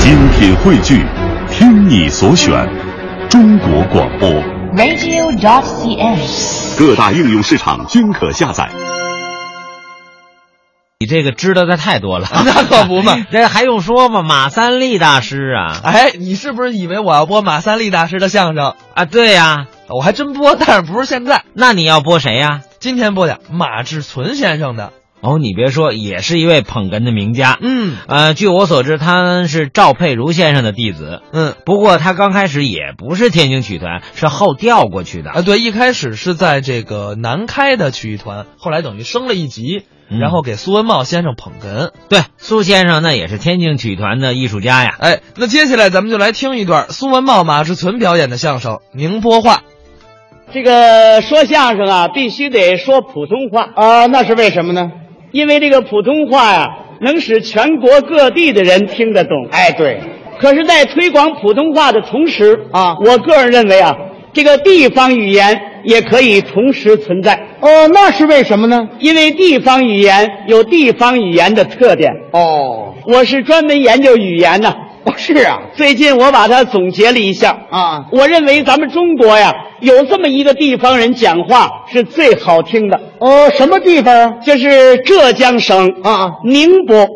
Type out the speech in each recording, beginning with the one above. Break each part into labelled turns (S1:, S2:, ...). S1: 精品汇聚，听你所选，中国广播。
S2: radio.cn。
S1: 各大应用市场均可下载。
S3: 你这个知道的太多了，
S4: 那可不嘛
S3: 这还用说吗？马三立大师啊，
S4: 哎，你是不是以为我要播马三立大师的相声？
S3: 啊，对呀、
S4: 我还真播，但是不是现在。
S3: 那你要播谁呀、
S4: 今天播的马志存先生的，
S3: 哦，你别说，也是一位捧哏的名家。
S4: 嗯
S3: 呃，据我所知，他是赵佩茹先生的弟子。
S4: 嗯
S3: 不过他刚开始也不是天津曲艺团，是后调过去的。
S4: 啊，对，一开始是在这个南开的曲艺团，后来等于升了一级，
S3: 嗯
S4: 然后给苏文茂先生捧哏。
S3: 对，苏先生那也是天津曲艺团的艺术家呀。
S4: 哎，那接下来咱们就来听一段苏文茂、马志存表演的相声《宁波话》。
S5: 这个说相声啊，必须得说普通话啊，那是为什么呢？因为这个普通话呀、能使全国各地的人听得懂。哎，对。可是，在推广普通话的同时啊，我个人认为啊，这个地方语言也可以同时存在。哦，那是为什么呢？因为地方语言有地方语言的特点。哦，我是专门研究语言的。哦，是啊，最近我把它总结了一下啊，我认为咱们中国呀，有这么一个地方人讲话是最好听的哦，什么地方啊？就是浙江省啊，宁波。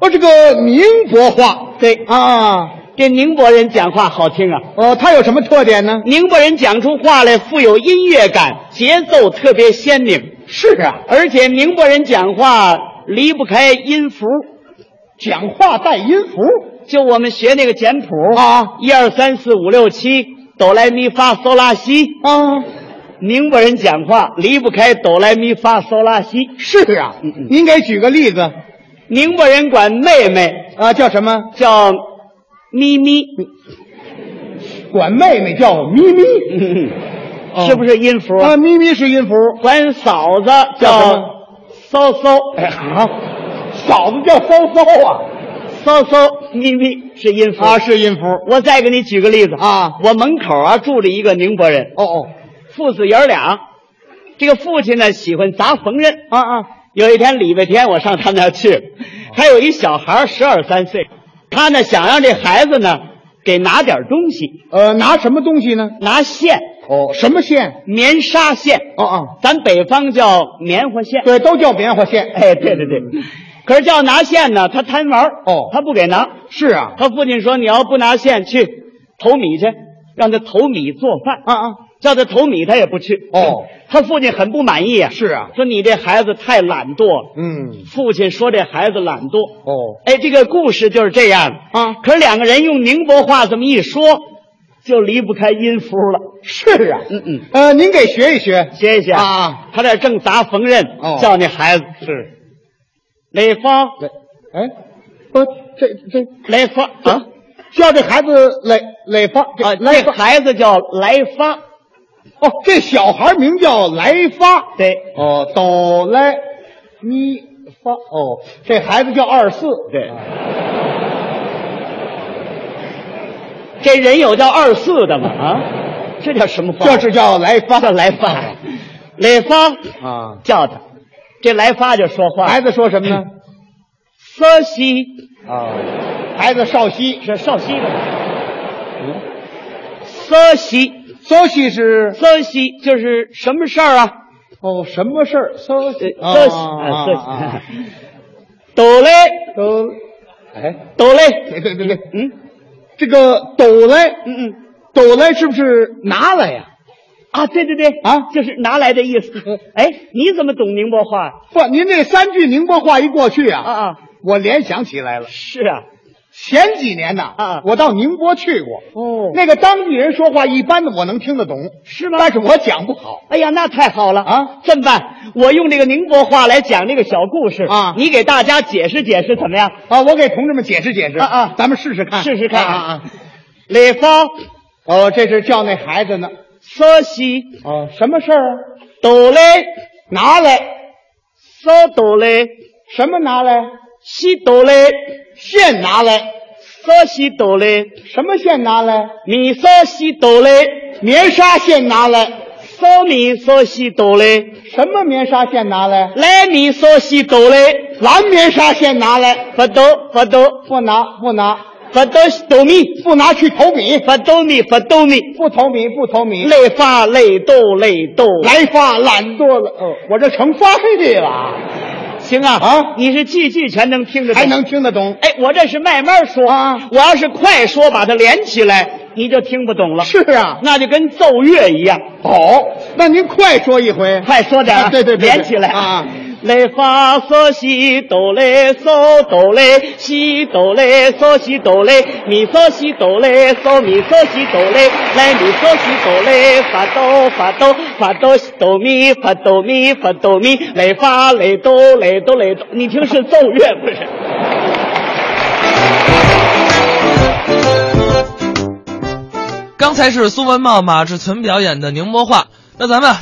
S5: 哦，这个宁波话，对啊，这宁波人讲话好听啊。哦，他有什么特点呢？宁波人讲出话来富有音乐感，节奏特别鲜明。是啊，而且宁波人讲话离不开音符。讲话带音符，就我们学那个简谱啊，一二三四五六七，哆来咪发嗦拉西啊。宁波人讲话离不开哆来咪发嗦拉西。是啊，
S6: 嗯
S5: 您给举个例子。宁波人管妹妹啊叫什么？叫咪咪，
S6: 管妹妹叫咪咪，
S5: 嗯是不是音符？
S6: 啊，咪咪是音符，
S5: 管嫂子
S6: 叫什
S5: 嗯叫
S6: 么
S5: 骚骚，
S6: 哎好，嫂子叫骚骚啊，
S5: 骚骚咪咪是音符
S6: 啊是音符，
S5: 我再给你举个例子
S6: 啊
S5: 我门口啊住着一个宁波人，
S6: 哦哦，
S5: 父子爷儿俩，这个父亲呢喜欢砸缝纫
S6: 啊啊，哦
S5: 有一天礼拜天，我上他们那儿去，他有一小孩十二三岁，他呢想让这孩子呢给拿点东西，
S6: 呃，拿什么东西呢？
S5: 拿线，
S6: 哦，什么线？
S5: 棉纱线，
S6: 哦哦，
S5: 咱北方叫棉花线。
S6: 对，都叫棉花线。
S5: 哎，对对对。可是叫拿线呢，他贪玩儿
S6: 哦
S5: 他不给拿。
S6: 是啊，
S5: 他父亲说：“你要不拿线去投米去，让他投米做饭。”
S6: 啊啊，
S5: 叫他投米，他也不去。
S6: 哦，
S5: 他父亲很不满意啊。
S6: 是啊
S5: 说你这孩子太懒惰了。
S6: 嗯，
S5: 父亲说这孩子懒惰。
S6: 哦，
S5: 哎，这个故事就是这样的
S6: 啊
S5: 可是两个人用宁波话这么一说，就离不开音符了。
S6: 是啊，
S5: 嗯嗯，
S6: 呃，您给学一学，
S5: 谢谢
S6: 啊。
S5: 他这正砸缝纫，
S6: 哦
S5: 叫那孩子
S6: 是，
S5: 雷锋，
S6: 对，哎，不，这这
S5: 雷锋啊
S6: 叫这孩子磊磊发
S5: 啊！
S6: 来
S5: 这
S6: 发，
S5: 孩子叫来发，
S6: 哦，这小孩名叫来发，
S5: 对，
S6: 哦，哆来咪发哦，这孩子叫二四，对，
S5: 这人有叫二四的吗？啊，这叫什么话？
S6: 这是叫来发
S5: 叫来发，雷锋
S6: 啊。
S5: 叫他，这来发就说话。
S6: 孩子说什么呢？
S5: 瑟西
S6: 啊，孩子少西，
S5: 是少西的，瑟西。
S6: 少嗯西是
S5: 瑟西就是什么事儿啊？
S6: 哦什么事儿？少西
S5: 呃骚西
S6: 啊
S5: 呃
S6: 啊啊，
S5: 抖嘞，
S6: 都，哎，
S5: 抖嘞，
S6: 对对对对，
S5: 嗯
S6: 这个抖来，
S5: 嗯嗯，
S6: 抖来是不是拿来呀？
S5: 啊，对对对，
S6: 啊
S5: 就是拿来的意 思。哎，你怎么懂宁波话
S6: 不，您这三句宁波话一过去
S5: 啊
S6: 啊，
S5: 啊？
S6: 我联想起来了。
S5: 是啊，
S6: 前几年呐，
S5: 啊
S6: 我到宁波去过，
S5: 哦
S6: 那个当地人说话一般的我能听得懂，
S5: 是吗
S6: 但是我讲不好。
S5: 哎呀，那太好了
S6: 啊！
S5: 这么办，我用这个宁波话来讲这个小故事
S6: 啊
S5: 你给大家解释解释怎么样？
S6: 啊，我给同志们解释解释
S5: 啊啊
S6: 咱们试试看，
S5: 试试看
S6: 啊啊！啊
S5: 雷锋，
S6: 哦，这是叫那孩子呢。
S5: 瑟西，
S6: 哦，什么事儿啊？
S5: 抖嘞，
S6: 拿来，
S5: 瑟抖嘞，
S6: 什么拿来？
S5: 西抖嘞，
S6: 线拿来，
S5: 瑟西抖嘞，
S6: 什么线拿来？
S5: 你瑟西抖嘞，
S6: 棉纱线拿来，
S5: 嗦你嗦西抖嘞。
S6: 什么棉纱线拿来？
S5: 来你说西走嘞，
S6: 蓝棉纱线拿来，
S5: 不走不走，
S6: 不拿不拿。
S5: 发兜斗米，
S6: 不拿去投米，
S5: 发兜米，发兜米，
S6: 不投米，不投米，
S5: 累发累斗累斗。
S6: 来发懒惰了。哦，我这成发黑的了啊，
S5: 行啊
S6: 啊
S5: 你是句句全能听得懂，
S6: 还能听得懂？
S5: 哎，我这是慢慢说
S6: 啊
S5: 我要是快说，把它连起来，你就听不懂了。
S6: 是啊，
S5: 那就跟奏乐一样，
S6: 好，那您快说一回，
S5: 快说点啊、
S6: 啊对对对对
S5: 连起来
S6: 啊！
S5: 来发嗦西哆来嗦哆来西哆来嗦西哆来咪嗦西哆来嗦咪嗦西哆来来咪嗦西哆来发哆发哆发哆西哆咪发哆咪发哆咪来发来哆来哆来哆，你听是奏乐不是？
S4: 刚才是苏文茂、马志存表演的《宁波话》，那咱们